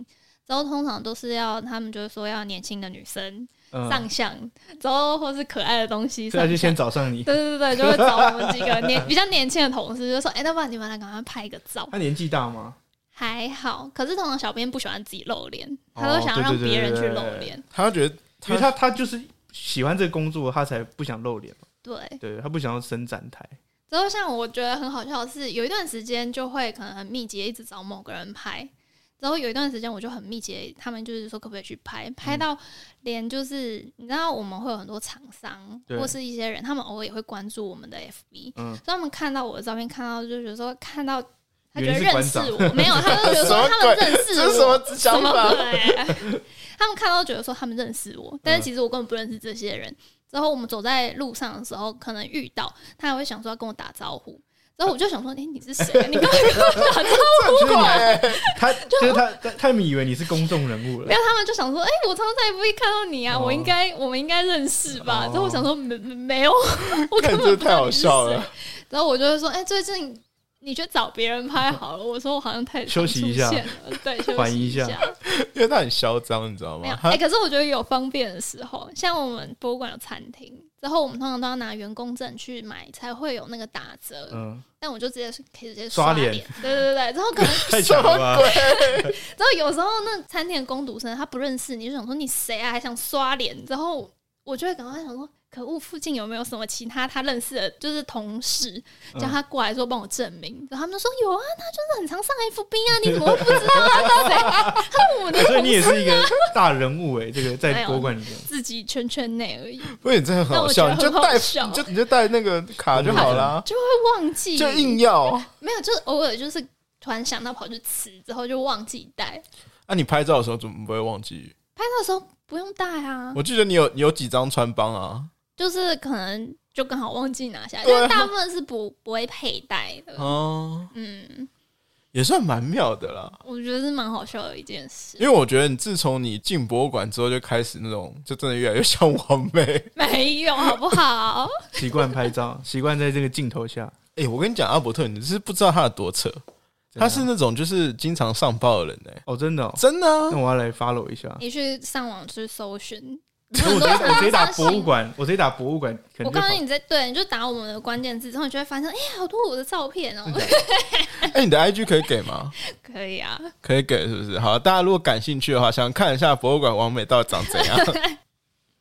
C: 之后通常都是要他们就是说要年轻的女生
B: 嗯，
C: 上相，之后或是可爱的东西
B: 所以他
C: 上
B: 就
C: 相
B: 先。找上你。
C: 对对对，就会找我们几个年 比较年轻的同事，就说：“哎、要不然你们来赶快拍个照。
B: 他年纪大吗？”
C: 还好，可是通常小编不喜欢自己露脸，他
B: 哦
C: 都想要让
B: 对对对
C: 别人去
B: 对对
C: 露
B: 对
C: 脸。
A: 他觉得
B: 因为他他就是喜欢这个工作，他才不想露脸嘛。
C: 对，
B: 对他不想要伸展台。
C: 之后像我觉得很好笑的是，有一段时间就会可能很密集地一直找某个人拍，之后有一段时间我就很密集地，他们就是说可不可以去拍，拍到连就是你知道我们会有很多厂商
B: 对
C: 或是一些人，他们偶尔也会关注我们的 FB，
B: 嗯
C: 所以他们看到我的照片，看到就觉得说看到。他
B: 以
C: 觉
B: 为
C: 得
B: 是
C: 认
B: 馆
C: 识
B: 长
C: 我，没有，他们就觉得
A: 什么
C: 说他们
A: 鬼
C: 认识
A: 这
C: 我，
A: 是什么想
C: 什么
A: 法？
C: 鬼？ 他们看到觉得说他们认识我，但是其实我根本不认识这些人。之后我们走在路上的时候，可能遇到他还会想说要跟我打招呼。之后我就想说，哎、你是谁、啊？你干嘛跟我打招呼？
B: 就是你还，他就是他，他他们以为你是公众人物
C: 没
B: 了。
C: 有，他们就想说，哎、我常常在 FB 看到你啊，
B: 哦
C: 我应该我们应该认识吧？
B: 哦
C: 之后我想说，没没没有，我
A: 看
C: 根
A: 这
C: 本不知
A: 太
C: 道
A: 好
C: 你是
A: 笑了
C: 谁。。然后我就会说，哎、最近你去找别人拍好了。我说我好像太常
B: 休息一
C: 出
B: 下
C: 现了，对，休息
B: 缓一
C: 一
B: 下啊
C: 下。
A: 因为他很嚣张，你知道
C: 没有
A: 吗，？
C: 哎、
A: 他
C: 可是我觉得有方便的时候，像我们博物馆有餐厅，之后我们通常都要拿员工证去买，才会有那个打折。
B: 嗯，
C: 但我就直接是可以直接
B: 刷
C: 脸，
B: 脸
C: 对对对。然后可能，
B: 太强了吧！
C: 然后有时候那餐厅的工读生他不认识你，就想说你谁啊，还想刷脸，然后我就会赶快想说。可恶，附近有没有什么其他他认识的，就是同事，
B: 嗯
C: 叫他过来说帮我证明。然后他们就说有啊，他就是很常上 FB 啊，你怎么会不知道啊？他谁啊？他是我们的
B: 所以
C: 同
B: 你
C: 事
B: 也是一个大人物哎，这个
C: 没
B: 在
C: 有
B: 博物馆里面。
C: 自己圈圈内而已。
A: 不是你真的很好笑，
C: 但
A: 你
C: 我
A: 就
C: 觉得很
A: 带
C: 好笑
A: 你就你就带那个卡就好啦，
C: 就会忘记，
A: 就硬要。
C: 没有，就是偶尔就是突然想到跑去吃，之后就忘记带。
A: 那啊你拍照的时候怎么不会忘记？
C: 拍照的时候不用带啊，
A: 我记得你有你有几张穿帮啊？
C: 就是可能就刚好忘记拿下来，
A: 对啊
C: 但大部分是不不会佩戴的。
A: 哦，
C: 嗯，
A: 也算蛮妙的啦。
C: 我觉得是蛮好笑的一件事。
A: 因为我觉得你自从你进博物馆之后，就开始那种就真的越来越像王妹。
C: 没有，好不好？
B: 习惯拍照， 习惯在这个镜头下。
A: 哎、我跟你讲，阿伯特，你是不知道他有多扯，他是
B: 真的
A: 那种就是经常上报的人哎、
B: 哦，真的哦，
A: 真的、
B: 那
A: 啊。
B: 我要来 follow 一下。
C: 你去上网去搜寻，
B: 可 是我直接我直接打博物
C: 新
B: 馆，我直接打博物馆，可
C: 我
B: 能就
C: 告
B: 跑
C: 诉你，你在对，你就打我们的关键字之后，你就会发现，哎、好多我的照片哦、
A: 哎、你的 IG 可以给吗？
C: 可以啊，
A: 可以给是不是？好，大家如果感兴趣的话，想看一下博物馆王美到底长 怎样，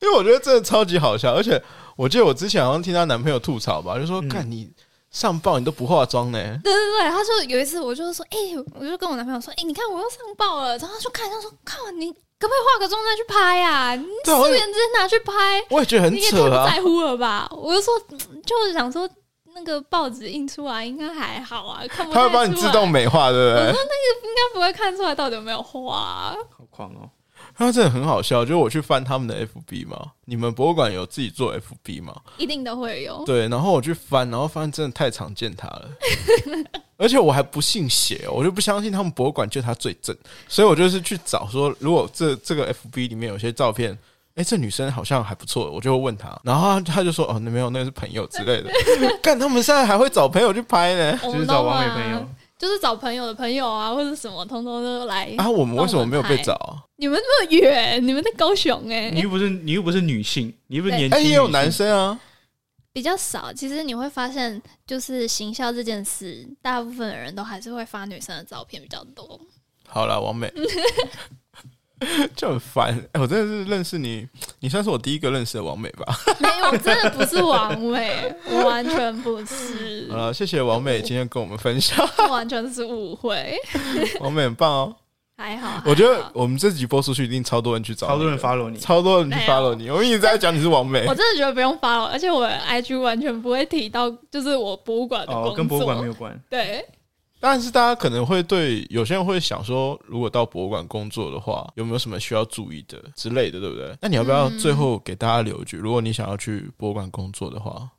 A: 因为我觉得真的超级好笑，而且我记得我之前好像听她男朋友吐槽吧，就说：“
B: 嗯
A: 看、你上报你都不化妆呢。
C: 对对对，他就有一次，我就是说，哎、我就跟我男朋友说，哎、你看我又上报了，然后他就看，他说，靠，你可不可以化个妆再去拍啊？你
A: 对啊
C: 素颜直接拿去拍”，
A: 我也觉得很
C: 你也太
A: 扯
C: 不
A: 啊，
C: 在乎了吧？我就说，嗯就是想说，那个报纸印出来应该还好啊，看不太
A: 他
C: 出
A: 会
C: 来，
A: 帮你自动美化，对不对？
C: 应该不会看出来到底有没有画、啊。
B: 好狂哦。
A: 他真的很好笑，就是我去翻他们的 FB 嘛，你们博物馆有自己做 FB 吗？
C: 一定都会有。
A: 对，然后我去翻，然后发现真的太常见他了， 而且我还不信邪、哦，我就不相信他们博物馆就他最正，所以我就是去找说，如果这这个 FB 里面有些照片，哎、这女生好像还不错，我就会问她，然后她她就说哦，那没有，那个是朋友之类的。干，他们现在还会找朋友去拍呢？
C: 我
B: 就
C: 们
B: 是
C: 都
B: 找完
C: 会
B: 美朋友
C: 啊，，就是找朋友的朋友啊，或者什么，通通都来。
A: 啊，我们为什么没有被找啊？
C: 你们那么远，你们在高雄哎、
B: 你又不是你又不是女性，你又不是年
A: 哎、
B: 轻女性，
A: 也有男生啊，
C: 比较少，其实你会发现，就是行销这件事，大部分的人都还是会发女生的照片比较多。
A: 好啦，王美 就很烦、哎我真的是认识你，你算是我第一个认识的王美吧。
C: 没有，真的不是王伟，我完全不 是
A: 好，了，谢谢王美今天跟我们分 享，
C: 这完全是误会。
A: 王美很棒哦。
C: 还好，还好
A: 我觉得我们这集播出去，一定超多人去找你，
B: 超多人 follow 你，
A: 超多人去
C: 没有
A: follow 你。我们一直在讲你是王
B: 哎
A: 美
C: 我，真的觉得不用发了，而且我的 IG 完全不会提到，就是我博物馆的工作，
B: 哦，跟博物馆没有关。
C: 对，
A: 但是大家可能会对有些人会想说，如果到博物馆工作的话，有没有什么需要注意的之类的，对不对？那你要不要
C: 嗯
A: 最后给大家留一句，如果你想要去博物馆工作的话，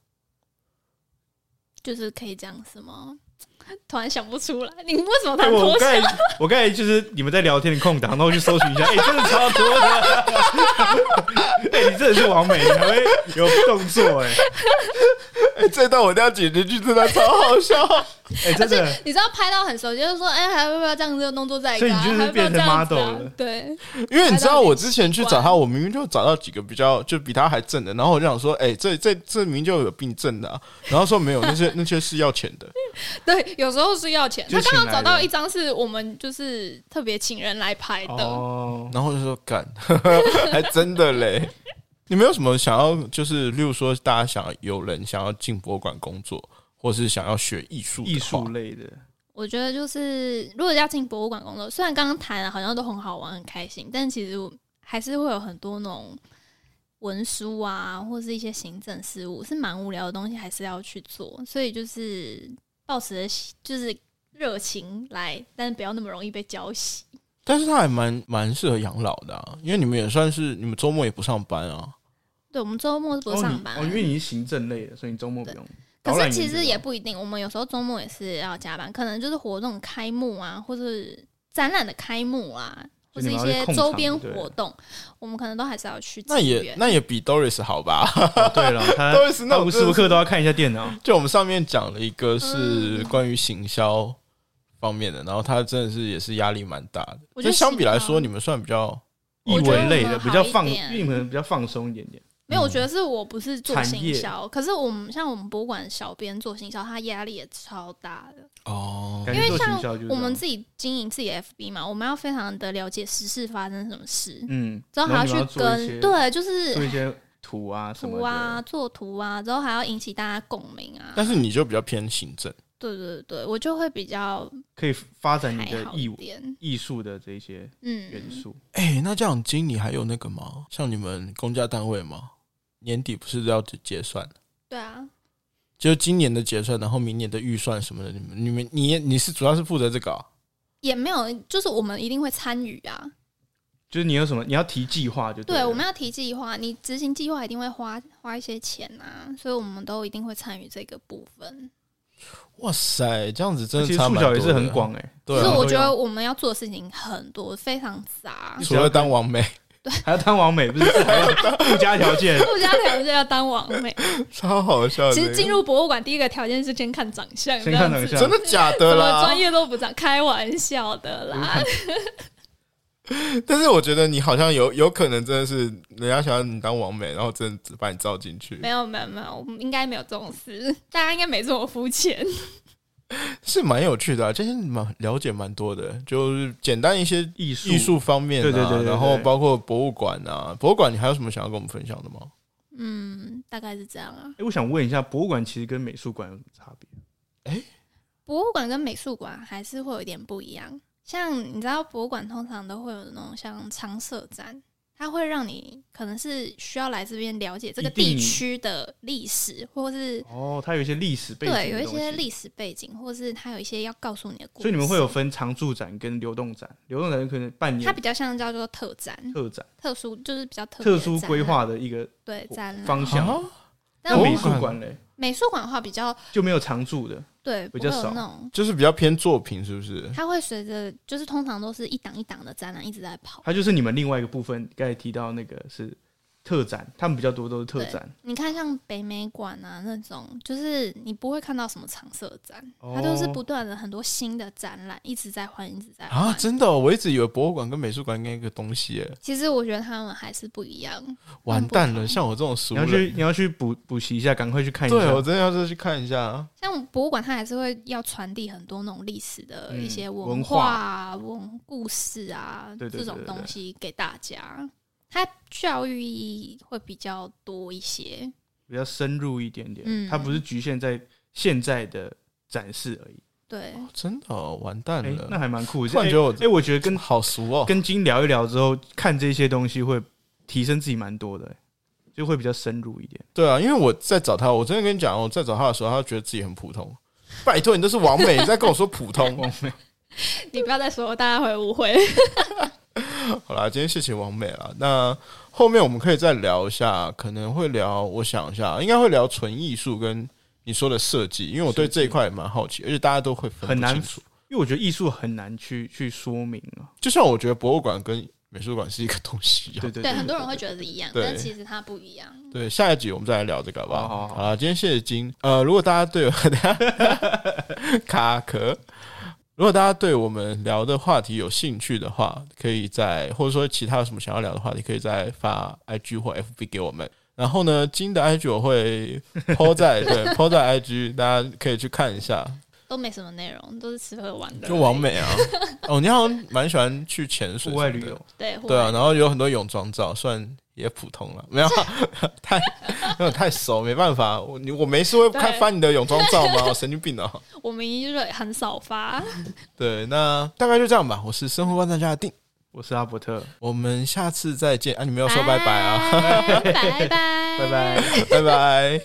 C: 就是可以讲什么， 突然想不出来，你为什 么突
B: 哎
C: 然
B: 我
C: 脱
B: 我刚
C: 线？
B: 才我刚才就是你们在聊天的空档，然后去搜寻一下，哎、真的超多的。 哎、你真的是完美，你还会有动作哎、
C: 嗯
A: 哎、这段我一定要剪进去，真的超好笑。
B: 哎、真的，
C: 你知道拍到很熟，就是说，哎、还要不要这样子的动作再一个、啊？
B: 所以你就是
C: 还要不要这样子
B: 变成
C: 啊
B: model 了
C: 对，
A: 因为你知道，我之前去找他，我明明就找到几个比较就比他还正的，然后我就想说，哎、这这这明明就有病症的、啊，然后说没有，那些那些是要钱的。
C: 对，有时候是要钱。
B: 就
C: 他
B: 请
C: 刚好
B: 来
C: 找到
B: 的
C: 一张是我们就是特别请人来拍的，
B: 哦，
A: 然后我就说干，还真的嘞。你们有什么想要，就是例如说，大家想要有人想要进博物馆工作，或是想要学艺术的话
B: 艺术类的，
C: 我觉得就是，如果要进博物馆工作，虽然刚刚谈了好像都很好玩、很开心，但其实我还是会有很多那种文书啊，或是一些行政事务是蛮无聊的东西，还是要去做。所以就是抱持着就是热情来，但是不要那么容易被浇熄。
A: 但是他还蛮蛮适合养老的、啊，因为你们也算是你们周末也不上班 啊。
C: 对我们周末是不上班、
B: 哦你，哦，因为你是行政类的，所以你周末不用。
C: 可
B: 导览
C: 是
B: 员
C: 其实
B: 就
C: 也
B: 有
C: 不一定，我们有时候周末也是要加班，可能就是活动开幕啊，或是展览的开幕啊，或
B: 所以
C: 是
B: 你
C: 一
B: 们要去
C: 些
B: 控
C: 周
B: 场
C: 边
B: 就对
C: 活
B: 了
C: 动，我们可能都还是要去
A: 那
C: 支
A: 也
C: 援。
A: 那也比 Doris 好吧
B: 哦对了，他
A: ？Doris 那
B: 他
A: 种
B: 无
A: 真
B: 时无
A: 的是
B: 刻都要看一下电脑。
A: 就我们上面讲了一
C: 嗯
A: 个是关于行销方面的，然后他真的是也是压力蛮大的。
C: 我觉
A: 就
C: 得
A: 相比来
C: 行销
A: 说，你们算比较
B: 译
C: 我觉得
B: 文类
C: 我
B: 的
C: 们
B: 比较
C: 好一
B: 放，
C: 点
B: 因为你们比较放松一点点。
C: 没有，我觉得是我不是做
B: 产
C: 行
B: 业
C: 销，可是我们像我们博物馆小编做行销，他压力也超大的。
A: 哦
B: 感
C: 因
B: 觉
C: 为
B: 做行
C: 像
B: 销就是啊
C: 我
B: 这
C: 们
B: 样
C: 自己经营自己的 FB 嘛，我们要非常的了解时事发生什么事，
B: 嗯，
C: 之后还
B: 然你们
C: 要
B: 要
C: 去
B: 做一
C: 跟
B: 些
C: 对，就是
B: 做一些图啊什么
C: 图
B: 的
C: 啊、，做图啊，之后还要引起大家共鸣啊。
A: 但是你就比较偏行政。
C: 对对对，我就会比较
B: 可以发展嗯你
C: 还
B: 的
C: 好
B: 艺
C: 一点。
B: 艺术的这些元
C: 嗯，
B: 素。
A: 哎、那这样经理还有那个吗？像你们公家单位吗？年底不是要结算，
C: 对啊，
A: 就是今年的结算，然后明年的预算什么的。你们你们你也你是主要是负责这个啊、
C: 也没有，就是我们一定会参与啊。
B: 就是你有什么，你要提计划就
C: 对，
B: 了
C: 我们要提计划，你执行计划一定会花花一些钱啊，所以我们都一定会参与这个部分。
A: 哇塞，这样子真
B: 其
A: 的
B: 实
A: 差
B: 触
A: 蛮
B: 角
A: 多
B: 也是
A: 的
B: 很。广哎，
A: 对
C: 就是
A: 啊、
C: 我觉得我们要做的事情很多，非常 杂，
A: 除了当王 美，
B: 还要当完美 不是？还要附加条件，
C: 附加条件要 当王妹。
A: 超好笑的。
C: 其实进入博物馆第一个条件是先看长相，
B: 先看
C: 这样子
B: 长相
A: 真的假的
C: 什么
A: 啦
C: 专？业都不长，开玩笑的啦。
A: 但是我觉得你好像有有可能真的是人家想要你当王美，然后真的只把你招进去
C: 没，有没有没有，我们应该没有这种事，大家应该没这么肤浅。
A: 是蛮有趣的、啊。这些蛮了解蛮多的，就是简单一些
B: 艺术
A: 艺术方面、啊，
B: 对对对对对
A: 然后包括博物馆啊，博物馆你还有什么想要跟我们分享的吗？
C: 嗯，大概是这样啊。
B: 哎，我想问一下，博物馆其实跟美术馆有什么差别？
C: 博物馆跟美术馆还是会有一点不一样。像你知道，博物馆通常都会有那种像常设展，它会让你可能是需要来这边了解这个
B: 一定
C: 地区的历史，或是
B: 哦，它有一些历史背景，
C: 对有一些，历史背景，或是它有一些要告诉你的故事。
B: 所以你们会有分常驻展跟流动展，流动展可能半
C: 它
B: 年
C: 比较像叫做特展，
B: 特展，
C: 特殊就是比较特别
B: 特
C: 的
B: 殊
C: 展
B: 规
C: 览
B: 划的一个
C: 对展览。
B: 方向。
A: 啊
C: 但
B: 那
C: 我
B: 美
C: 们
B: 术馆嘞
C: 美术馆的话比较
B: 就没有常驻的，
C: 对，不
B: 比
C: 会
B: 较
C: 有
B: 少
C: 那种
A: 就是比较偏作品，是不是？
C: 它会随着，就是通常都是一档一档的展览一直在跑。
B: 它就是你们另外一个部分。刚才提到那个是特展，他们比较多都是特展，
C: 你看，像北美馆啊那种，就是你不会看到什么常设展，
B: 哦
C: 它都是不断的很多新的展览一直在换，一直在换。
A: 啊，真的哦、我一直以为博物馆跟美术馆应该一个东西耶，
C: 其实我觉得他们还是不一样。
A: 完蛋了！
C: 嗯
A: 像我这种熟
B: 你要
A: 人，
B: 去你要去补补习一下，赶快去看一
A: 对我
B: 下
A: 真的要是去看一下。啊
C: 像博物馆，它还是会要传递很多那种历史的
B: 嗯
C: 一些
B: 文
C: 化啊、文故事啊
B: 对对
C: 这
B: 对
C: 种
B: 对对
C: 东西给大家，它教育意义会比较多一些。
B: 比较深入一点点。
C: 嗯
B: 它不是局限在现在的展示而已。
C: 对，
A: 真的哦、完蛋
B: 哎、
A: 了，
B: 那还蛮酷。
A: 突然觉得我
B: 哎、我觉得跟
A: 好熟哦。
B: 跟金聊一聊之后，看这些东西会提升自己蛮多的、哎就会比较深入一点。
A: 对啊，因为我在找他，我真的跟你讲，我在找他的时候，他觉得自己很普通。拜托，你都是王美，你在跟我说普 通。
C: 你不要再说，大家会误会。
A: 好啦，今天谢谢王美了。那后面我们可以再聊一下，可能会聊，我想一下，应该会聊纯艺术跟你说的设计，因为我对这一块也蛮好奇，而且大家都会分不
B: 很难
A: 清楚。
B: 因为我觉得艺术很难去去说明啊，
A: 就像我觉得博物馆跟美术馆是一个东西、啊
B: 对。对
C: 对，很多人会觉得是一样，
A: 对
C: 但其实它不一样。
A: 对，下一集我们再来聊这个好不好？
B: 好好好
A: 啦今天谢谢金。呃，如果大家对我 等一下卡壳，如果大家对我们聊的话题有兴趣的话，可以在或者说其他有什么想要聊的话题，可以再发 IG 或 FB 给我们。然后呢，金的 IG 我会 PO 在对 PO 在 IG，大家可以去看一下，
C: 都没什么内容，都是吃喝玩乐而已，
A: 就完美 啊。哦，你好像蛮喜欢去潜水
B: 户外
A: 什么
B: 旅
A: 的
B: 游，
C: 对户
A: 对啊，
C: 外
A: 然后有很多泳装照，虽然也普通了，没有 太没有太熟，没办法，我你我没事会
C: 对
A: 看翻你的泳装照吗？我神经病啊！
C: 我们就是很少发，
A: 对，那大概就这样吧。我是生活观察家的定，
B: 我是阿伯特，
A: 我们 下次再见啊！你们要说拜拜啊，
C: 拜拜，
B: 拜
C: 拜
B: 拜。
A: 拜拜。